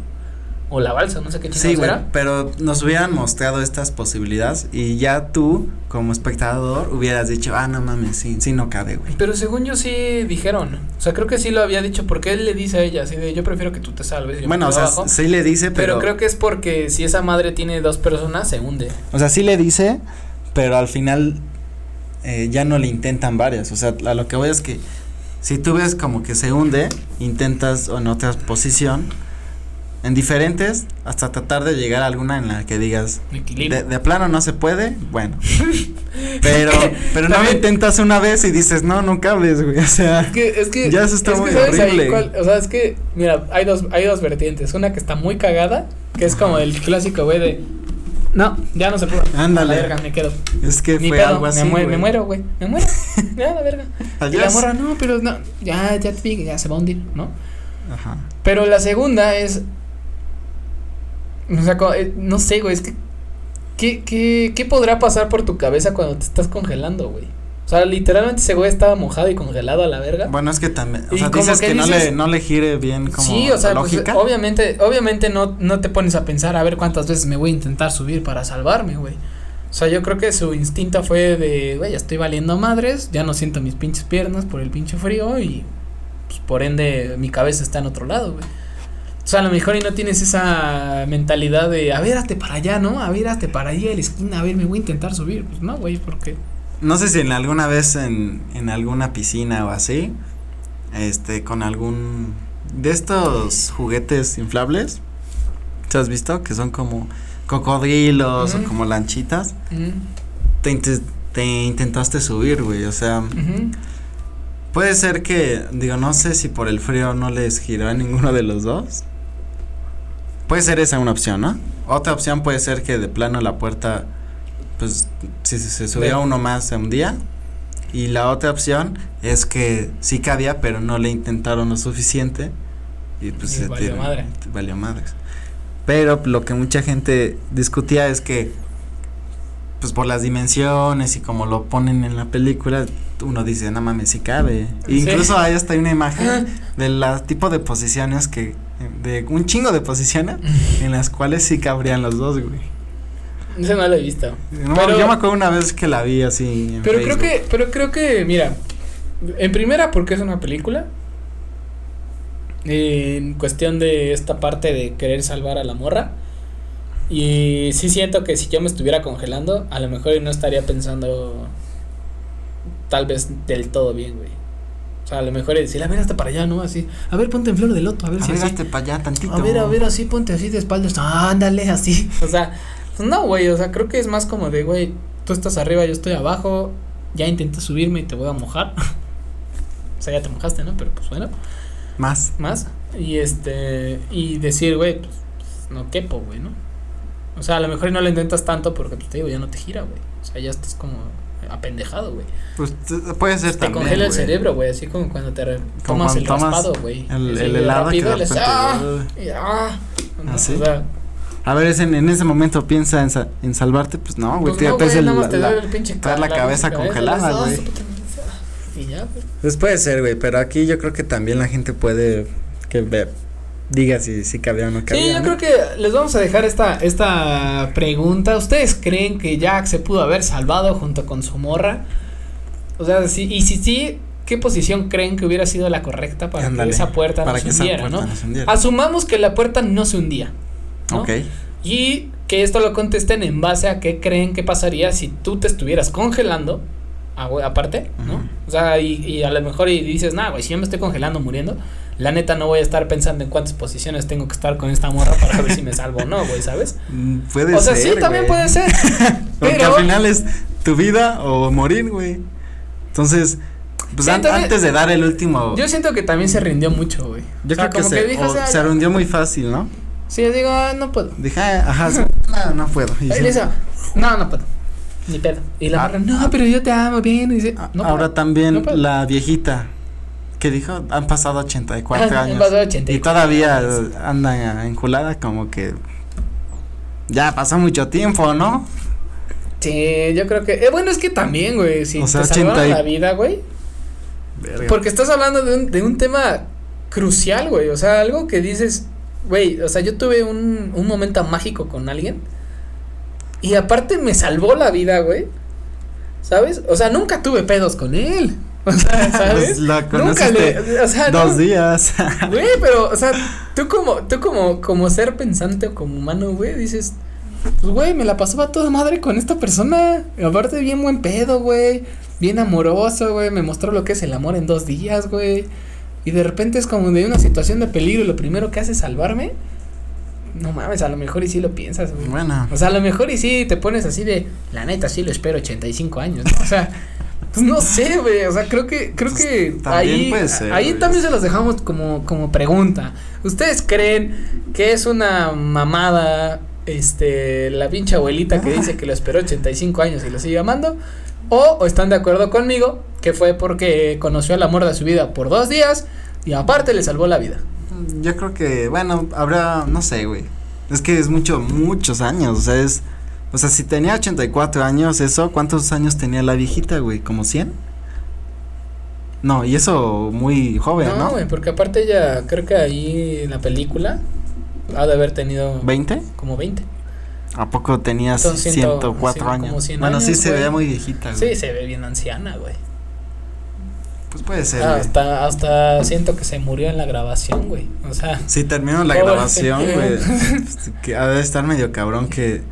Speaker 1: O la balsa, no sé qué
Speaker 2: sí,
Speaker 1: chingados
Speaker 2: güey,
Speaker 1: era.
Speaker 2: pero nos hubieran mostrado estas posibilidades y ya tú, como espectador, hubieras dicho, ah, no mames, sí, sí no cabe, güey.
Speaker 1: Pero según yo sí dijeron. O sea, creo que sí lo había dicho porque él le dice a ella así de yo prefiero que tú te salves. yo
Speaker 2: Bueno,
Speaker 1: me
Speaker 2: o sea,
Speaker 1: bajo".
Speaker 2: sí le dice, pero,
Speaker 1: pero creo que es porque si esa madre tiene dos personas se hunde.
Speaker 2: o sea, sí le dice, pero al final eh, ya no le intentan varias, o sea, a lo que voy es que si tú ves como que se hunde, intentas o en otra posición, en diferentes, hasta tratar de llegar a alguna en la que digas,
Speaker 1: Equilibrio.
Speaker 2: De, de plano no se puede,
Speaker 1: [laughs]
Speaker 2: bueno. Pero, pero no lo
Speaker 1: También-
Speaker 2: intentas una vez y dices, no, no cabes, güey. O sea,
Speaker 1: Es que, es que.
Speaker 2: Ya eso está
Speaker 1: es que
Speaker 2: muy
Speaker 1: ¿sabes ahí
Speaker 2: horrible.
Speaker 1: cuál? o sea, es que, mira, hay dos, hay dos vertientes. Una que está muy cagada, que es como el clásico, güey, de. No, ya no se pudo.
Speaker 2: Ándale.
Speaker 1: A la verga, me quedo.
Speaker 2: es que
Speaker 1: Ni
Speaker 2: fue
Speaker 1: pedo,
Speaker 2: algo así.
Speaker 1: me, mue-
Speaker 2: güey.
Speaker 1: me muero, güey. Me
Speaker 2: [laughs]
Speaker 1: muero. Ya, la verga. Y la
Speaker 2: Adiós.
Speaker 1: morra, no, pero no. Ya, ya te dije, ya se va a hundir, ¿no?
Speaker 2: Ajá.
Speaker 1: Pero la segunda es. O sea, co- eh, no sé, güey, es que. ¿qué, qué, ¿Qué podrá pasar por tu cabeza cuando te estás congelando, güey? O sea, literalmente ese güey estaba mojado y congelado a la verga.
Speaker 2: Bueno, es que también. O
Speaker 1: Y
Speaker 2: sea,
Speaker 1: como
Speaker 2: dices
Speaker 1: que
Speaker 2: que, no, le,
Speaker 1: dices-
Speaker 2: no le gire bien como
Speaker 1: Sí, o sea,
Speaker 2: la
Speaker 1: pues,
Speaker 2: lógica.
Speaker 1: obviamente, obviamente no, no te pones a pensar a ver cuántas veces me voy a intentar subir para salvarme, güey. O sea, yo creo que su instinto fue de, güey, ya estoy valiendo madres, ya no siento mis pinches piernas por el pinche frío y pues, por ende mi cabeza está en otro lado, güey. O sea, a lo mejor y no tienes esa mentalidad de, a ver, hazte para allá, ¿no? A ver, hazte para allá a la esquina, a ver, me voy a intentar subir. Pues no, güey, porque
Speaker 2: No sé si en alguna vez en, en alguna piscina o así, este, con algún de estos juguetes inflables, ¿te has visto? Que son como cocodrilos
Speaker 1: Ujú.
Speaker 2: o como lanchitas.
Speaker 1: mm,
Speaker 2: te, inte- te intentaste subir, güey. O sea,
Speaker 1: ujú. [laughs]
Speaker 2: puede ser que, digo, no sé si por el frío no les giró a ninguno de los dos. Puede ser esa una opción, ¿no? Otra opción puede ser que de plano la puerta, pues, si se, se subía
Speaker 1: Ve.
Speaker 2: uno más un día. Y la otra opción es que sí cabía, pero no le intentaron lo suficiente. Y pues
Speaker 1: Y
Speaker 2: se
Speaker 1: valió
Speaker 2: te-
Speaker 1: madre.
Speaker 2: te valió madres. Pero lo que mucha gente discutía es que, pues por las dimensiones y como lo ponen en la película, uno dice, no mames, si cabe.
Speaker 1: Sí.
Speaker 2: Incluso ahí hasta hay una imagen de las tipo de posiciones que, de un chingo de posiciones en las cuales sí cabrían los dos, güey.
Speaker 1: Ese no lo he visto.
Speaker 2: No,
Speaker 1: Pero-
Speaker 2: yo me acuerdo una vez que la vi así. en
Speaker 1: Pero creo
Speaker 2: Facebook.
Speaker 1: que, pero creo que, mira, en primera porque es una película. En cuestión de esta parte de querer salvar a la morra. Y sí siento que si yo me estuviera congelando, a lo mejor no estaría pensando tal vez del todo bien, güey. O sea, a lo mejor es decir, a ver, hasta para allá, ¿no? Así, a ver, ponte en flor de loto, a ver
Speaker 2: A
Speaker 1: si
Speaker 2: ver,
Speaker 1: así.
Speaker 2: hazte pa' allá tantito.
Speaker 1: A ver, a ver, así ponte así de espaldas. Ah, ándale, así. O sea, pues no, güey. O sea, creo que es más como de, güey, tú estás arriba, yo estoy abajo. Ya intenté subirme y te voy a mojar. [laughs] o sea, ya te mojaste, ¿no? Pero pues bueno,
Speaker 2: Más.
Speaker 1: más. Y este, y decir, güey, pues no quepo, güey, ¿no? O sea, a lo mejor no lo intentas tanto porque pues, te digo, ya no te gira, güey. O sea, ya estás como apendejado, güey.
Speaker 2: Pues t- puede ser
Speaker 1: Te
Speaker 2: también.
Speaker 1: congela el
Speaker 2: güey.
Speaker 1: cerebro, güey, así como cuando te re- tomas
Speaker 2: cuando
Speaker 1: el
Speaker 2: tomas
Speaker 1: raspado, güey.
Speaker 2: El,
Speaker 1: Así
Speaker 2: el
Speaker 1: de
Speaker 2: helado que de
Speaker 1: rápido, le haces,
Speaker 2: repente,
Speaker 1: ¡ah!
Speaker 2: uh.
Speaker 1: Y, ah, no,
Speaker 2: ¿Ah, sí?
Speaker 1: o sea,
Speaker 2: A ver, es en, en ese momento piensa en, sa- en salvarte, pues no, güey.
Speaker 1: Pues
Speaker 2: te-
Speaker 1: no,
Speaker 2: te
Speaker 1: güey,
Speaker 2: hace
Speaker 1: nada
Speaker 2: la-
Speaker 1: más te
Speaker 2: la-
Speaker 1: duele el pinche
Speaker 2: te da la cabeza congelada,
Speaker 1: las dos,
Speaker 2: güey.
Speaker 1: puta madre. Y ya, pues.
Speaker 2: Pues puede ser, güey, pero aquí yo creo que también la gente puede que ve- diga si, si cabía o no cabía.
Speaker 1: Sí, yo creo que les vamos a dejar esta, esta pregunta. ¿Ustedes creen que Jack se pudo haber salvado junto con su morra? O sea, sí, y si sí, ¿qué posición creen que hubiera sido la correcta para que esa puerta no se hundiera, no? Asumamos que la puerta no se hundía. ¿no?
Speaker 2: Ok.
Speaker 1: Y que esto lo contesten en base a qué creen que pasaría si tú te estuvieras congelando, ah, güey, aparte, ¿no?
Speaker 2: Ujú.
Speaker 1: O sea, y, y a lo mejor y dices, nah, güey, si yo me estoy congelando muriendo, la neta no voy a estar pensando en cuántas posiciones tengo que estar con esta morra para ver si me salvo o no, güey, ¿sabes?
Speaker 2: Mm, [laughs] Puede
Speaker 1: o sea,
Speaker 2: ser.
Speaker 1: sí, también
Speaker 2: güey.
Speaker 1: puede ser.
Speaker 2: [laughs] Porque
Speaker 1: pero-
Speaker 2: al final es tu vida o morir, güey. Entonces, pues
Speaker 1: Sí,
Speaker 2: an-
Speaker 1: también-
Speaker 2: antes de dar el último.
Speaker 1: Yo siento que también se rindió mucho, güey.
Speaker 2: yo
Speaker 1: O sea,
Speaker 2: creo que,
Speaker 1: como
Speaker 2: se,
Speaker 1: dijo,
Speaker 2: o
Speaker 1: o sea,
Speaker 2: se rindió muy fácil, ¿no?
Speaker 1: Sí, yo digo, ah, no puedo.
Speaker 2: Dije, ah,
Speaker 1: [laughs]
Speaker 2: ajá, sí, no, no puedo. Y
Speaker 1: Él
Speaker 2: sí.
Speaker 1: dice, no, no puedo. Ni pedo. Y la
Speaker 2: Ah.
Speaker 1: morra, no, pero yo te amo bien. Y dice, "Ah,
Speaker 2: A-
Speaker 1: no
Speaker 2: Ahora también
Speaker 1: No puedo.
Speaker 2: la viejita que dijo, han pasado 84
Speaker 1: [laughs] Han
Speaker 2: años.
Speaker 1: pasado 84
Speaker 2: y todavía
Speaker 1: años.
Speaker 2: andan enculada como que ya pasó mucho tiempo, ¿no?
Speaker 1: Sí, yo creo que. eh, bueno, es que también, güey. Si
Speaker 2: O sea,
Speaker 1: te salvaron
Speaker 2: 80 y-
Speaker 1: la vida, güey.
Speaker 2: Verga.
Speaker 1: Porque estás hablando de un, de un tema crucial, güey. O sea, algo que dices, güey. O sea, yo tuve un, un momento mágico con alguien. Y aparte me salvó la vida, güey. ¿Sabes? O sea, nunca tuve pedos con él. [laughs] O sea,
Speaker 2: [laughs] Pues
Speaker 1: ¿sabes?
Speaker 2: la
Speaker 1: nunca
Speaker 2: conociste
Speaker 1: le. O sea,
Speaker 2: dos
Speaker 1: no-
Speaker 2: días. [laughs]
Speaker 1: Güey, pero, o sea, tú como, tú como, como ser pensante o como humano, güey, dices, pues, güey, me la pasaba toda madre con esta persona. Aparte, bien buen pedo, güey. Bien amoroso, güey. Me mostró lo que es el amor en dos días, güey. Y de repente es como de una situación de peligro y lo primero que hace es salvarme. No mames, a lo mejor y sí lo piensas, güey.
Speaker 2: bueno,
Speaker 1: O sea, a lo mejor y sí te pones así de, la neta, sí lo espero 85 años, ¿no? O sea, pues no sé, güey, o sea, creo que, creo
Speaker 2: Pues,
Speaker 1: que
Speaker 2: también
Speaker 1: ahí,
Speaker 2: puede ser,
Speaker 1: ahí
Speaker 2: güey.
Speaker 1: también se los dejamos como, como pregunta. ¿Ustedes creen que es una mamada, este, la pinche abuelita que dice que lo esperó 85 años y lo sigue amando? O, o están de acuerdo conmigo que fue porque conoció al amor de su vida por dos días y aparte le salvó la vida?
Speaker 2: yo creo que, bueno, habrá, no sé, güey. Es que es mucho, muchos años, o sea, es, o sea, si tenía 84 años, eso, ¿cuántos años tenía la viejita, güey? ¿Como 100? No, y eso muy joven,
Speaker 1: No,
Speaker 2: ¿no?
Speaker 1: güey, porque aparte ella, creo que ahí en la película ha de haber tenido
Speaker 2: ¿20?
Speaker 1: como 20.
Speaker 2: ¿A poco tenías
Speaker 1: Son ciento-
Speaker 2: 104
Speaker 1: sí,
Speaker 2: años?
Speaker 1: como 100
Speaker 2: bueno, sí
Speaker 1: años,
Speaker 2: se
Speaker 1: güey.
Speaker 2: veía muy viejita, güey.
Speaker 1: Sí, se ve bien anciana, güey.
Speaker 2: Pues puede ser,
Speaker 1: Ah,
Speaker 2: güey.
Speaker 1: hasta, hasta siento que se murió en la grabación, güey. O sea,
Speaker 2: Sí, termino la
Speaker 1: Pobre
Speaker 2: grabación, güey.
Speaker 1: [laughs]
Speaker 2: este,
Speaker 1: señor.
Speaker 2: que ha de estar medio cabrón que.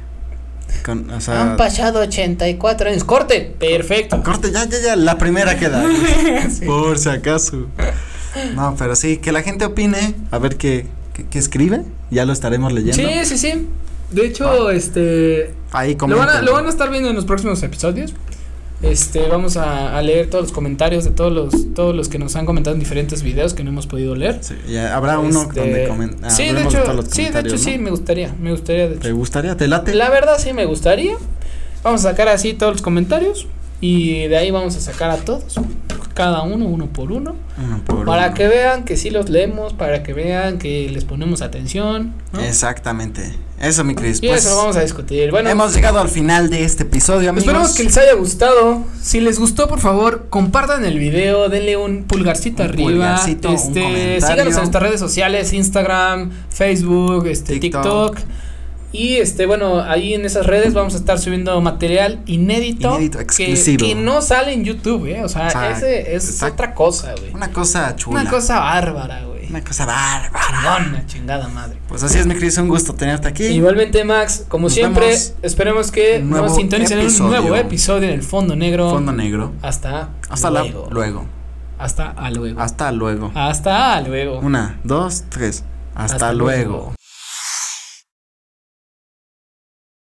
Speaker 2: Con, o sea.
Speaker 1: han pasado 84 años. ¡Corte! Perfecto.
Speaker 2: Corte, ya, ya, ya. La primera queda.
Speaker 1: [laughs] Sí.
Speaker 2: Por si acaso. No, pero sí, que la gente opine. A ver qué, qué, qué escribe. Ya lo estaremos leyendo.
Speaker 1: Sí, sí, sí. De hecho, este.
Speaker 2: Ahí
Speaker 1: Lo van, a,
Speaker 2: Ah. comenten.
Speaker 1: lo van a estar viendo en los próximos episodios. Este, vamos a, a leer todos los comentarios de todos los, todos los que nos han comentado en diferentes videos que no hemos podido leer.
Speaker 2: Sí, ya habrá uno
Speaker 1: Este,
Speaker 2: donde ah, comenta.
Speaker 1: sí, de hecho, sí, de hecho, sí, me gustaría, me gustaría, de hecho.
Speaker 2: ¿Te gustaría? ¿Te late?
Speaker 1: La verdad sí me gustaría. Vamos a sacar así todos los comentarios y de ahí vamos a sacar a todos, cada uno, uno por uno,
Speaker 2: Uno por
Speaker 1: para
Speaker 2: uno.
Speaker 1: que vean que sí los leemos, para que vean que les ponemos atención. ¿no?
Speaker 2: Exactamente. Eso, mi Cris.
Speaker 1: Y
Speaker 2: Pues,
Speaker 1: eso lo vamos a discutir. Bueno,
Speaker 2: hemos llegado al final de este episodio, amigos.
Speaker 1: esperemos que les haya gustado. Si les gustó, por favor, compartan el video, denle un pulgarcito
Speaker 2: Un
Speaker 1: arriba.
Speaker 2: pulgarcito, un
Speaker 1: este,
Speaker 2: comentario.
Speaker 1: síganos en nuestras redes sociales, Instagram, Facebook, este,
Speaker 2: TikTok.
Speaker 1: TikTok. Y este, bueno, ahí en esas redes vamos a estar subiendo material inédito,
Speaker 2: Inédito,
Speaker 1: que-
Speaker 2: exclusivo.
Speaker 1: Que, no sale en YouTube, eh. O sea,
Speaker 2: O sea,
Speaker 1: ese es
Speaker 2: exacto.
Speaker 1: otra cosa, güey.
Speaker 2: Una cosa chula.
Speaker 1: Una cosa bárbara, güey.
Speaker 2: Una cosa bárbara.
Speaker 1: Chingona, chingada madre.
Speaker 2: Pues así es, mi Cris. Un gusto tenerte aquí.
Speaker 1: Igualmente, Max, como
Speaker 2: Nos
Speaker 1: siempre,
Speaker 2: vemos.
Speaker 1: esperemos que
Speaker 2: Un nuevo
Speaker 1: nos sintonicen en un
Speaker 2: episodio.
Speaker 1: nuevo episodio en el Fondo Negro.
Speaker 2: Fondo negro.
Speaker 1: Hasta,
Speaker 2: Hasta
Speaker 1: luego.
Speaker 2: la- luego.
Speaker 1: Hasta a luego.
Speaker 2: Hasta luego.
Speaker 1: Hasta luego.
Speaker 2: Una, dos, tres. Hasta,
Speaker 1: Hasta
Speaker 2: luego.
Speaker 1: luego.